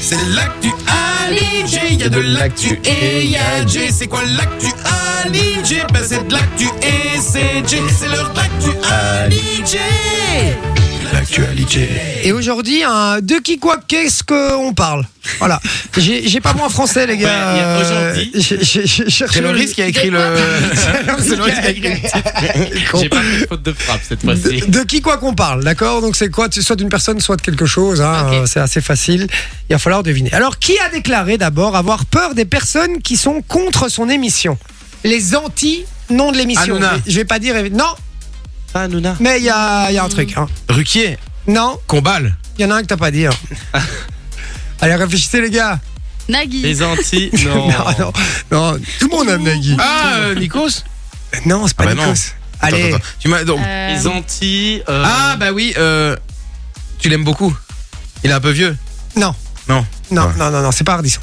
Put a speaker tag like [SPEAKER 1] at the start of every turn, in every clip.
[SPEAKER 1] C'est l'actu Aligé, il y a de l'actu et il y a J. C'est quoi l'actu Aligé Ben c'est de l'actu et c'est J. C'est l'heure de l'actu Aligé. L'actu Aligé.
[SPEAKER 2] Et aujourd'hui, hein, de qui quoi qu'est-ce qu'on parle Voilà. J'ai j'ai pas moins français, les gars.
[SPEAKER 1] Ouais, il y a
[SPEAKER 2] Euh,
[SPEAKER 1] aujourd'hui.
[SPEAKER 2] j'ai- j'ai- j'ai cherché
[SPEAKER 1] C'est
[SPEAKER 2] le-
[SPEAKER 1] Loris qui a écrit le. C'est Loris qui a écrit le titre.
[SPEAKER 3] J'ai pas fait de faute de frappe cette fois-ci.
[SPEAKER 2] De qui quoi qu'on parle, d'accord Donc c'est quoi tu- Soit d'une personne, soit de quelque chose. hein,
[SPEAKER 3] Ok.
[SPEAKER 2] euh, C'est assez facile. Il va falloir deviner. Alors, qui a déclaré d'abord avoir peur des personnes qui sont contre son émission Les anti-noms de l'émission.
[SPEAKER 1] Hanouna.
[SPEAKER 2] Je, je vais pas dire. Non, Euh,
[SPEAKER 3] Ah, Nouna.
[SPEAKER 2] mais il y a, il y a un truc. hein.
[SPEAKER 1] Ruquier,
[SPEAKER 2] Non,
[SPEAKER 1] Combal.
[SPEAKER 2] il y en a un que t'as pas dit. hein. Allez, réfléchissez, les gars.
[SPEAKER 4] Nagui.
[SPEAKER 3] Les Antilles, non.
[SPEAKER 2] Non, Ah non, non. Tout le monde aime Nagui.
[SPEAKER 1] Ah, euh, Nikos
[SPEAKER 2] Non, c'est pas
[SPEAKER 1] Ah bah
[SPEAKER 2] Nikos.
[SPEAKER 1] non.
[SPEAKER 2] Allez,
[SPEAKER 1] Attends, attends, attends. Tu m'as. donc-
[SPEAKER 4] Euh,
[SPEAKER 3] Les Antilles. euh,
[SPEAKER 1] Ah, bah oui, euh, tu l'aimes beaucoup. Il est un peu vieux.
[SPEAKER 2] non.
[SPEAKER 1] Non.
[SPEAKER 2] Non,
[SPEAKER 1] Ouais.
[SPEAKER 2] non, non, non, c'est pas Ardisson.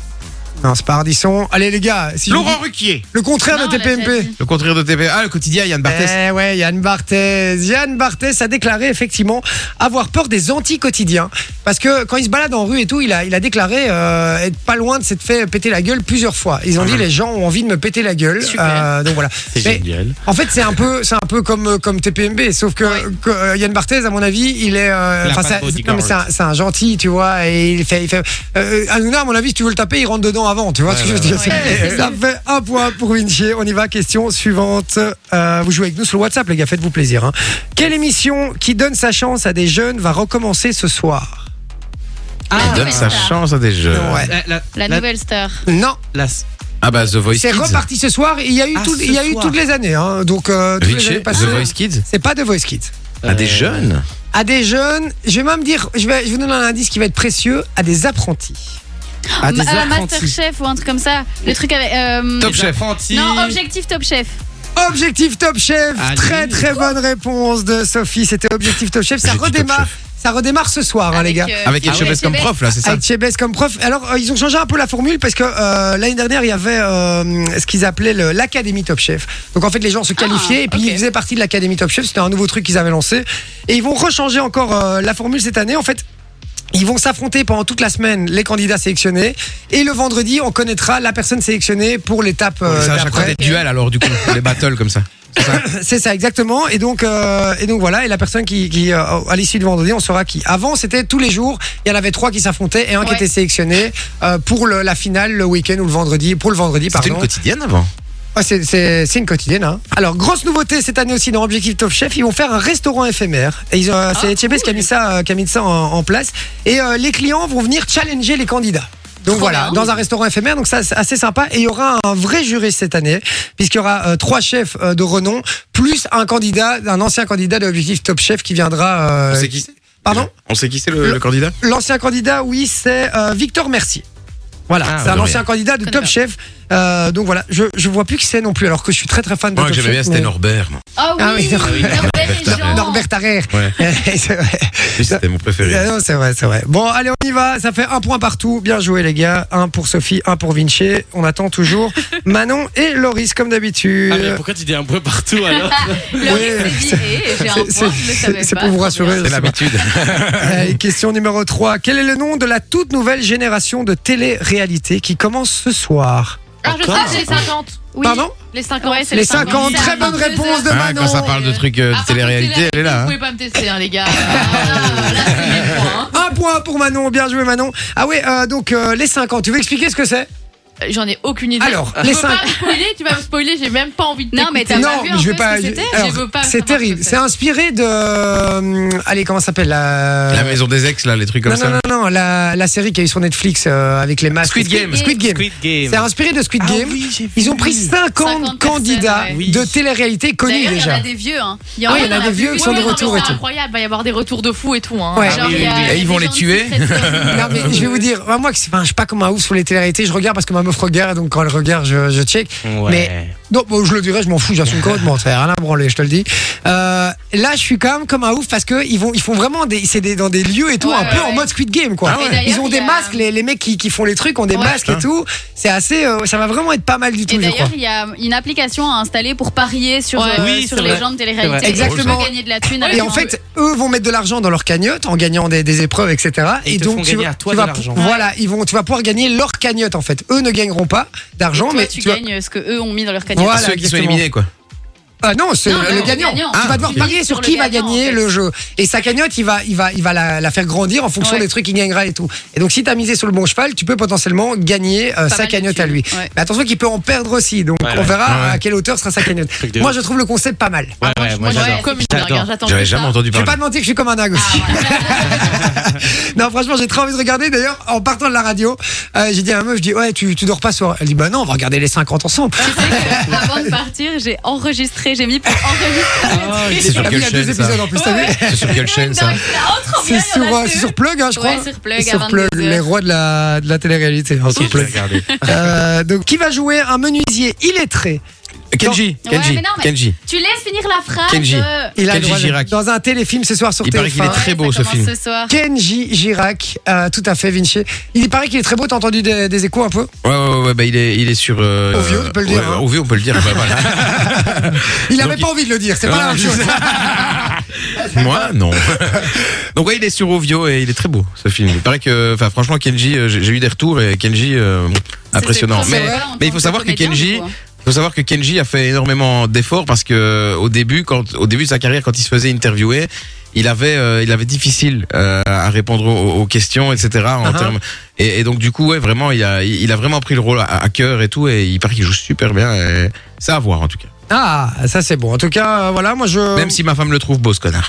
[SPEAKER 2] Non, c'est pas Ardisson. Allez, les gars, si je vous
[SPEAKER 1] Laurent
[SPEAKER 2] dis
[SPEAKER 1] Ruquier.
[SPEAKER 2] le contraire
[SPEAKER 4] non,
[SPEAKER 2] de
[SPEAKER 4] on l'a déjà
[SPEAKER 2] TPMP.
[SPEAKER 4] dit.
[SPEAKER 1] Le contraire de TVA, le quotidien, Yann Barthès.
[SPEAKER 2] Eh ouais, Yann Barthès. Yann Barthès a déclaré effectivement avoir peur des anti-quotidiens. Parce que quand il se balade en rue et tout, il a, il a déclaré euh, être pas loin de s'être fait péter la gueule plusieurs fois. Ils ont
[SPEAKER 1] Ah
[SPEAKER 2] dit les gens ont envie de me péter la gueule.
[SPEAKER 4] Super.
[SPEAKER 2] Euh, donc voilà.
[SPEAKER 3] C'est
[SPEAKER 2] Mais-
[SPEAKER 3] génial.
[SPEAKER 2] En fait, c'est un peu, c'est un peu comme euh, comme TPMB, sauf que, que, euh, Yann Barthez, à mon avis, il est, euh,
[SPEAKER 3] Il a
[SPEAKER 2] enfin,
[SPEAKER 3] pas
[SPEAKER 2] c'est
[SPEAKER 3] de
[SPEAKER 2] c'est- non, mais c'est un, c'est un gentil, tu vois, et il fait, il fait. Euh, Hanouna, à mon avis, si tu veux le taper, il rentre dedans avant, tu vois ce que je veux dire.
[SPEAKER 4] ouais. Ouais,
[SPEAKER 2] C'est-
[SPEAKER 4] c'est
[SPEAKER 2] ça
[SPEAKER 4] sûr.
[SPEAKER 2] fait un point pour Vinci. On y va. Question suivante. Euh, vous jouez avec nous sur le WhatsApp, les gars, faites-vous plaisir. hein. Quelle émission qui donne sa chance à des jeunes va recommencer ce soir
[SPEAKER 4] Ah,
[SPEAKER 1] Donne
[SPEAKER 4] ouais,
[SPEAKER 1] sa
[SPEAKER 4] ça.
[SPEAKER 1] chance à des jeux.
[SPEAKER 2] Ouais.
[SPEAKER 3] La, la,
[SPEAKER 4] La
[SPEAKER 3] la-
[SPEAKER 4] nouvelle star.
[SPEAKER 2] Non,
[SPEAKER 3] la-
[SPEAKER 1] Ah bah The Voice
[SPEAKER 2] c'est
[SPEAKER 1] Kids.
[SPEAKER 2] reparti ce soir. et Il y a eu,
[SPEAKER 3] Ah,
[SPEAKER 2] tout-
[SPEAKER 3] ce
[SPEAKER 2] il y a eu
[SPEAKER 3] soir.
[SPEAKER 2] toutes les années, hein. donc euh, toutes les
[SPEAKER 1] Vinci,
[SPEAKER 2] années
[SPEAKER 1] The
[SPEAKER 2] passées.
[SPEAKER 1] Voice Kids.
[SPEAKER 2] C'est pas de Voice Kids.
[SPEAKER 1] À Ah, des
[SPEAKER 3] euh,
[SPEAKER 1] jeunes.
[SPEAKER 2] à des jeunes, je vais même dire, je vais, je vais donner un indice qui va être précieux, à des apprentis. Ah,
[SPEAKER 3] À des
[SPEAKER 4] Ma- euh,
[SPEAKER 3] apprentis.
[SPEAKER 4] Masterchef ou un truc comme ça. Le truc avec. euh,
[SPEAKER 1] Top
[SPEAKER 3] Des
[SPEAKER 1] Chef.
[SPEAKER 3] apprentis.
[SPEAKER 4] Non, objectif Top Chef.
[SPEAKER 2] Objectif Top Chef,
[SPEAKER 3] Allez.
[SPEAKER 2] très très bonne réponse de Sophie, c'était Objectif Top Chef, ça
[SPEAKER 1] J'ai dit Top
[SPEAKER 2] redémarre, ça redémarre ce soir hein, les
[SPEAKER 4] Avec,
[SPEAKER 2] gars.
[SPEAKER 4] euh,
[SPEAKER 1] Avec
[SPEAKER 4] ah
[SPEAKER 1] Ed
[SPEAKER 4] ouais,
[SPEAKER 1] Chebest comme
[SPEAKER 4] Chebest.
[SPEAKER 1] prof, là, c'est ça
[SPEAKER 2] Avec Chebes comme prof. Alors, euh, ils ont changé un peu la formule parce que euh, l'année dernière, il y avait euh, ce qu'ils appelaient le- l'Académie Top Chef. Donc, en fait, les gens se qualifiaient et puis
[SPEAKER 4] ok.
[SPEAKER 2] ils faisaient partie de l'Académie Top Chef. C'était un nouveau truc qu'ils avaient lancé. Et ils vont rechanger encore euh, la formule cette année. En fait, ils vont s'affronter pendant toute la semaine les candidats sélectionnés. Et le vendredi, on connaîtra la personne sélectionnée pour l'étape euh,
[SPEAKER 1] C'est à chaque fois
[SPEAKER 2] d'après.
[SPEAKER 1] des duels, alors, du coup, des battles comme ça.
[SPEAKER 2] C'est ça, exactement. Et donc, euh, et donc voilà. Et la personne qui, qui euh, à l'issue du vendredi, on saura qui. Avant, c'était tous les jours. Il y en avait trois qui s'affrontaient et un qui
[SPEAKER 4] Ouais.
[SPEAKER 2] était sélectionné euh, pour le- la finale le week-end ou le vendredi. Pour le vendredi,
[SPEAKER 1] C'était une
[SPEAKER 2] pardon.
[SPEAKER 1] quotidienne avant.
[SPEAKER 2] Ouais, Ah, C'est c'est- c'est une quotidienne. Hein. Alors, grosse nouveauté cette année aussi dans Objectif Top Chef, ils vont faire un restaurant éphémère. Et ils ont- C'est
[SPEAKER 4] Ah,
[SPEAKER 2] Etchebest qui a mis ça, euh, qui a mis ça en, en place. Et euh, les clients vont venir challenger les candidats. Donc
[SPEAKER 4] Trop
[SPEAKER 2] voilà,
[SPEAKER 4] bien.
[SPEAKER 2] dans un restaurant éphémère, donc ça c'est assez sympa. Et il y aura un vrai jury cette année, puisqu'il y aura euh, trois chefs euh, de renom, plus un candidat, un ancien candidat de Objectif Top Chef qui viendra. euh,
[SPEAKER 1] On sait qui c'est
[SPEAKER 2] Pardon
[SPEAKER 1] On sait qui c'est le, le candidat
[SPEAKER 2] L'ancien candidat, oui, c'est euh, Victor Mercier. Voilà,
[SPEAKER 3] Ah,
[SPEAKER 2] c'est un
[SPEAKER 1] de
[SPEAKER 2] ancien
[SPEAKER 1] rien.
[SPEAKER 2] candidat de
[SPEAKER 4] Connais
[SPEAKER 2] Top
[SPEAKER 4] pas.
[SPEAKER 2] Chef. Euh, donc voilà, je, je vois plus qui c'est non plus, alors que je suis très très fan de
[SPEAKER 1] Moi, que
[SPEAKER 2] Top Chef.
[SPEAKER 1] j'aimais bien, c'était
[SPEAKER 2] mais-
[SPEAKER 1] Norbert. moi.
[SPEAKER 4] Ah oui,
[SPEAKER 2] Ah oui,
[SPEAKER 4] Norbert et
[SPEAKER 1] Norbert
[SPEAKER 4] Jean.
[SPEAKER 2] Norbert Tarrer.
[SPEAKER 1] Ouais.
[SPEAKER 2] c'est vrai,
[SPEAKER 1] Lui, c'était mon préféré.
[SPEAKER 2] Ah non, c'est vrai, c'est vrai. Bon, allez, on y va. Ça fait un point partout. Bien joué, les gars. Un pour Sophie, un pour Vinci. On attend toujours Manon et Loris, comme d'habitude.
[SPEAKER 3] Ah, mais pourquoi tu dis un peu partout alors
[SPEAKER 4] Le
[SPEAKER 2] Oui.
[SPEAKER 4] risque est dit, eh, j'ai un
[SPEAKER 2] C'est-
[SPEAKER 4] point,
[SPEAKER 2] c'est-
[SPEAKER 4] je le
[SPEAKER 2] c'est-
[SPEAKER 4] savais
[SPEAKER 2] c'est
[SPEAKER 4] pas,
[SPEAKER 2] pour vous
[SPEAKER 4] trop
[SPEAKER 2] rassurer.
[SPEAKER 4] bien.
[SPEAKER 1] C'est l'habitude.
[SPEAKER 2] Allez, question numéro 3. Quel est le nom de la toute nouvelle génération de télé-réalité qui commence ce soir
[SPEAKER 4] Ah,
[SPEAKER 5] Alors je sais,
[SPEAKER 3] Encore
[SPEAKER 5] c'est
[SPEAKER 1] Ah.
[SPEAKER 5] les 50. Oui,
[SPEAKER 2] Pardon
[SPEAKER 5] Les 50.
[SPEAKER 4] Ouais, c'est
[SPEAKER 2] Les
[SPEAKER 4] les
[SPEAKER 2] 50.
[SPEAKER 4] 50.
[SPEAKER 2] Très bonne réponse de
[SPEAKER 1] Ah,
[SPEAKER 2] Manon.
[SPEAKER 1] quand ça parle de trucs euh,
[SPEAKER 5] À
[SPEAKER 1] de
[SPEAKER 5] part que
[SPEAKER 1] télé-réalité, elle est là.
[SPEAKER 5] Vous
[SPEAKER 1] hein.
[SPEAKER 5] pouvez pas me tester, hein, les gars. Ah, là, c'est les
[SPEAKER 4] hein.
[SPEAKER 5] points,
[SPEAKER 2] Un point pour Manon, bien joué Manon. Ah ouais, euh, donc euh, les 50, tu veux expliquer ce que c'est
[SPEAKER 5] hein. J'en ai aucune idée.
[SPEAKER 2] Alors,
[SPEAKER 5] tu
[SPEAKER 2] les
[SPEAKER 5] peux
[SPEAKER 2] 5.
[SPEAKER 5] pas me spoiler, tu vas me spoiler, j'ai même pas envie de
[SPEAKER 4] Non, mais
[SPEAKER 5] t'écouter.
[SPEAKER 4] t'as pas vu un peu ce que c'était
[SPEAKER 2] alors,
[SPEAKER 5] Je veux pas
[SPEAKER 2] c'est
[SPEAKER 5] savoir
[SPEAKER 2] terrible.
[SPEAKER 5] ce
[SPEAKER 2] C'est
[SPEAKER 5] que c'est.
[SPEAKER 2] inspiré de. euh, allez, comment ça s'appelle la...
[SPEAKER 1] La maison des ex, là, les trucs comme
[SPEAKER 2] Non,
[SPEAKER 1] ça.
[SPEAKER 2] non, non, non, la, la série qui a eu sur Netflix euh, avec les masques.
[SPEAKER 1] Squid Game.
[SPEAKER 2] Squid Game.
[SPEAKER 3] Squid Game.
[SPEAKER 2] C'est inspiré de
[SPEAKER 5] Ah
[SPEAKER 2] Squid Game. Ils ont pris 50,
[SPEAKER 4] 50
[SPEAKER 2] candidats
[SPEAKER 4] Ah personnes,
[SPEAKER 3] ouais.
[SPEAKER 2] de télé-réalité connus
[SPEAKER 4] D'ailleurs, il y en
[SPEAKER 2] déjà.
[SPEAKER 4] a des vieux. Hein.
[SPEAKER 2] Ah oui,
[SPEAKER 4] en
[SPEAKER 2] il y en a des vieux qui
[SPEAKER 4] plus
[SPEAKER 2] sont de
[SPEAKER 4] vieux,
[SPEAKER 2] retour
[SPEAKER 4] mais
[SPEAKER 2] et
[SPEAKER 5] C'est
[SPEAKER 4] ça-
[SPEAKER 2] tout.
[SPEAKER 5] incroyable, il va y avoir des retours de fous et tout. Hein.
[SPEAKER 2] Ouais.
[SPEAKER 4] Genre,
[SPEAKER 3] Ah oui,
[SPEAKER 4] il y a-
[SPEAKER 3] oui, oui.
[SPEAKER 4] il y a
[SPEAKER 1] Et ils
[SPEAKER 4] des
[SPEAKER 1] vont
[SPEAKER 4] gens
[SPEAKER 1] les
[SPEAKER 4] qui
[SPEAKER 1] tuer.
[SPEAKER 4] se traitent comme-
[SPEAKER 2] Non, mais je vais vous dire, moi, moi que c'est- enfin, je suis pas comme un ouf sur les télé-réalités, je regarde parce que ma meuf regarde, donc quand elle regarde, je, je check.
[SPEAKER 3] Ouais.
[SPEAKER 2] Mais non, bon, je le dirais, je m'en fous, j'assume complètement, c'est rien à branler, je te le dis. Euh, là, je suis quand même comme un ouf parce que ils vont, ils font vraiment des, c'est des, dans des lieux et tout,
[SPEAKER 5] Ouais,
[SPEAKER 2] un peu
[SPEAKER 5] ouais,
[SPEAKER 2] en
[SPEAKER 5] ouais.
[SPEAKER 2] mode Squid Game, quoi.
[SPEAKER 5] Ah ouais. Et
[SPEAKER 2] Ils
[SPEAKER 5] d'ailleurs,
[SPEAKER 2] ont
[SPEAKER 5] il
[SPEAKER 2] des
[SPEAKER 5] y a-
[SPEAKER 2] masques, les, les mecs qui, qui font les trucs ont des
[SPEAKER 5] Ouais. Hein.
[SPEAKER 2] masques et
[SPEAKER 3] Putain.
[SPEAKER 2] tout. C'est assez, euh, ça va vraiment être pas mal du
[SPEAKER 5] Et
[SPEAKER 2] tout, je crois.
[SPEAKER 5] d'ailleurs, il y a une application à installer pour parier sur,
[SPEAKER 3] Ouais.
[SPEAKER 5] euh,
[SPEAKER 3] Oui,
[SPEAKER 5] sur
[SPEAKER 3] c'est
[SPEAKER 5] les
[SPEAKER 3] vrai.
[SPEAKER 5] gens de
[SPEAKER 3] C'est vrai.
[SPEAKER 5] télé-réalité.
[SPEAKER 2] Exactement.
[SPEAKER 5] Tu peux gagner de la thune. avec
[SPEAKER 2] Et en
[SPEAKER 5] un-
[SPEAKER 2] fait, eux vont mettre de l'argent dans leur cagnotte en gagnant des, des épreuves, etc.
[SPEAKER 3] Et ils te font
[SPEAKER 2] tu,
[SPEAKER 3] gagner
[SPEAKER 2] vas-
[SPEAKER 3] à toi
[SPEAKER 2] tu
[SPEAKER 3] de
[SPEAKER 2] vas,
[SPEAKER 3] l'argent.
[SPEAKER 2] voilà, ils vont, tu vas pouvoir gagner leur cagnotte en fait. Eux ne gagneront pas d'argent,
[SPEAKER 5] toi,
[SPEAKER 2] mais
[SPEAKER 5] tu,
[SPEAKER 2] tu vas-
[SPEAKER 5] gagnes ce que eux ont mis dans leur cagnotte.
[SPEAKER 2] Voilà,
[SPEAKER 1] Ceux qui sont
[SPEAKER 2] exactement.
[SPEAKER 1] éliminés, quoi.
[SPEAKER 2] Ah non, c'est
[SPEAKER 5] Non,
[SPEAKER 2] le
[SPEAKER 5] non,
[SPEAKER 2] gagnant.
[SPEAKER 5] gagnant.
[SPEAKER 2] tu
[SPEAKER 1] Ah,
[SPEAKER 2] vas devoir
[SPEAKER 1] ok.
[SPEAKER 2] parier
[SPEAKER 5] Sur
[SPEAKER 2] sur
[SPEAKER 5] le
[SPEAKER 2] qui va
[SPEAKER 5] gagnant, en
[SPEAKER 2] gagner
[SPEAKER 5] fait.
[SPEAKER 2] le jeu. Et sa cagnotte, il va, il va, il va la, la faire grandir en fonction
[SPEAKER 5] Ouais.
[SPEAKER 2] des trucs qu'il gagnera et tout. Et donc, si t'as misé sur le bon cheval, tu peux potentiellement gagner euh,
[SPEAKER 5] Pas
[SPEAKER 2] sa
[SPEAKER 5] mal de
[SPEAKER 2] cagnotte
[SPEAKER 5] thunes,
[SPEAKER 2] à lui.
[SPEAKER 5] ouais.
[SPEAKER 2] Mais attention qu'il peut en perdre aussi. Donc,
[SPEAKER 3] Ouais,
[SPEAKER 2] on
[SPEAKER 3] ouais.
[SPEAKER 2] verra
[SPEAKER 1] Ouais, ouais.
[SPEAKER 2] à quelle hauteur sera sa cagnotte.
[SPEAKER 3] Truc de
[SPEAKER 2] Moi,
[SPEAKER 3] ouf.
[SPEAKER 2] je trouve le concept pas mal.
[SPEAKER 3] Ouais, ouais, moi
[SPEAKER 5] je suis
[SPEAKER 3] j'adore.
[SPEAKER 5] Ah, comme une
[SPEAKER 3] J'adore.
[SPEAKER 5] dingue, j'attends
[SPEAKER 1] J'avais
[SPEAKER 5] que
[SPEAKER 1] jamais
[SPEAKER 5] ça.
[SPEAKER 1] entendu
[SPEAKER 2] Je vais
[SPEAKER 1] parler.
[SPEAKER 2] pas te mentir que je suis comme un dingue aussi. non, franchement, j'ai très envie de regarder. D'ailleurs, en partant de la radio, euh, j'ai dit à ma meuf, je dis, ouais, tu, tu dors pas ce soir. Elle dit, bah non, on va regarder les 50 ensemble.
[SPEAKER 1] Ah,
[SPEAKER 5] Tu sais que Avant de partir, j'ai enregistré, j'ai mis pour
[SPEAKER 3] Ah, il
[SPEAKER 5] enregistrer.
[SPEAKER 1] C'est sur
[SPEAKER 2] Ah oui,
[SPEAKER 1] quelle chaîne
[SPEAKER 2] Il y a deux
[SPEAKER 1] ça
[SPEAKER 2] épisodes en plus, t'as vu
[SPEAKER 1] C'est sur quelle chaîne ça
[SPEAKER 2] C'est sur, euh, c'est sur Plug, hein, je
[SPEAKER 5] Ouais,
[SPEAKER 2] crois.
[SPEAKER 5] sur Plug,
[SPEAKER 2] Sur
[SPEAKER 5] à
[SPEAKER 2] Plug,
[SPEAKER 5] 22.
[SPEAKER 2] les rois de la, de la télé-réalité. hein, sur
[SPEAKER 3] Ok, je vais
[SPEAKER 2] Plug.
[SPEAKER 3] regarder.
[SPEAKER 2] Euh, donc, qui va jouer un menuisier illettré
[SPEAKER 1] Kenji,
[SPEAKER 5] Ouais,
[SPEAKER 1] Kenji,
[SPEAKER 5] mais non, mais-
[SPEAKER 1] Kenji.
[SPEAKER 5] Tu laisses finir la phrase.
[SPEAKER 1] Kenji.
[SPEAKER 5] euh,
[SPEAKER 2] Il a le
[SPEAKER 1] Kenji
[SPEAKER 2] droit de-
[SPEAKER 1] Girac.
[SPEAKER 2] dans un téléfilm ce soir sur
[SPEAKER 1] Il paraît
[SPEAKER 2] TF1.
[SPEAKER 1] qu'il est Très
[SPEAKER 5] ouais,
[SPEAKER 1] beau,
[SPEAKER 5] ça commence
[SPEAKER 1] ce film.
[SPEAKER 5] Ce soir.
[SPEAKER 2] Kenji Girac, euh, tout à fait, Vinci. Il paraît qu'il est très beau, t'as entendu des, des échos un peu
[SPEAKER 1] Ouais, ouais, ouais, bah, il est, il est sur. euh,
[SPEAKER 2] Au vieux, on peut le dire,
[SPEAKER 1] ouais,
[SPEAKER 2] hein.
[SPEAKER 1] Au vieux, on peut le dire. bah, voilà.
[SPEAKER 2] Il avait
[SPEAKER 1] il- Ah,
[SPEAKER 2] pas envie de le dire, c'est pas la même chose.
[SPEAKER 1] Moi, non. Donc, ouais, il est sur Ovio et il est très beau, ce film. Il paraît que, enfin, franchement, Kenji, euh, j'ai j'ai eu des retours et Kenji, euh, impressionnant.
[SPEAKER 5] C'était
[SPEAKER 1] Mais,
[SPEAKER 5] très bien,
[SPEAKER 1] mais il
[SPEAKER 5] en
[SPEAKER 1] faut
[SPEAKER 5] tant
[SPEAKER 1] savoir que
[SPEAKER 5] comédien,
[SPEAKER 1] Kenji,
[SPEAKER 5] du coup, hein.
[SPEAKER 1] faut savoir que Kenji a fait énormément d'efforts parce que au début, quand, au début de sa carrière, quand il se faisait interviewer, il avait, euh, il avait difficile euh, à répondre aux, aux questions, etc. En
[SPEAKER 2] Uh-huh.
[SPEAKER 1] termes- et, et donc du coup, ouais, vraiment, il a, il a vraiment pris le rôle à, à cœur et tout, et il paraît qu'il joue super bien. et C'est à voir en tout cas.
[SPEAKER 2] Ah, ça c'est bon. En tout cas, euh, voilà, moi je.
[SPEAKER 1] Même si ma femme le trouve beau, ce connard.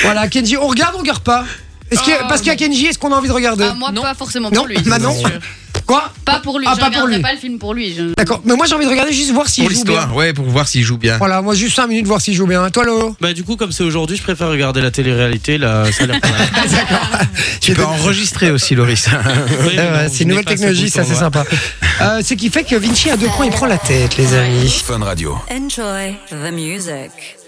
[SPEAKER 2] Voilà, Kenji, on regarde, on regarde pas. Est-ce que,
[SPEAKER 5] Ah,
[SPEAKER 2] parce qu'il y a Kenji, est-ce qu'on a envie de regarder
[SPEAKER 5] Ah, moi, pas forcément
[SPEAKER 2] Non,
[SPEAKER 5] pour lui.
[SPEAKER 2] Manon.
[SPEAKER 5] c'est sûr.
[SPEAKER 2] Quoi
[SPEAKER 5] Pas pour lui.
[SPEAKER 2] Ah,
[SPEAKER 5] je
[SPEAKER 2] pas pour
[SPEAKER 5] regarderai
[SPEAKER 2] lui.
[SPEAKER 5] pas le film pour lui. je-
[SPEAKER 2] D'accord, mais moi j'ai envie de regarder juste voir s'il
[SPEAKER 1] Pour
[SPEAKER 2] joue bien.
[SPEAKER 1] l'histoire, ouais, pour voir s'il joue bien.
[SPEAKER 2] Voilà, moi juste 5 minutes voir s'il joue bien. Toi, Lolo
[SPEAKER 3] Bah, du coup, comme c'est aujourd'hui, je préfère regarder la télé-réalité. Là, ça a l'air pas mal.
[SPEAKER 1] Tu peux enregistrer aussi, Loris.
[SPEAKER 3] Oui, mais
[SPEAKER 2] Ouais, ouais,
[SPEAKER 3] non,
[SPEAKER 2] c'est
[SPEAKER 3] on
[SPEAKER 2] une nouvelle
[SPEAKER 3] n'est pas à ce
[SPEAKER 2] technologie, ça
[SPEAKER 3] bouton,
[SPEAKER 2] c'est
[SPEAKER 3] ouais.
[SPEAKER 2] sympa. Euh, ce qui fait que Vinci a deux points, il prend la tête, les amis.
[SPEAKER 6] Enjoy the music.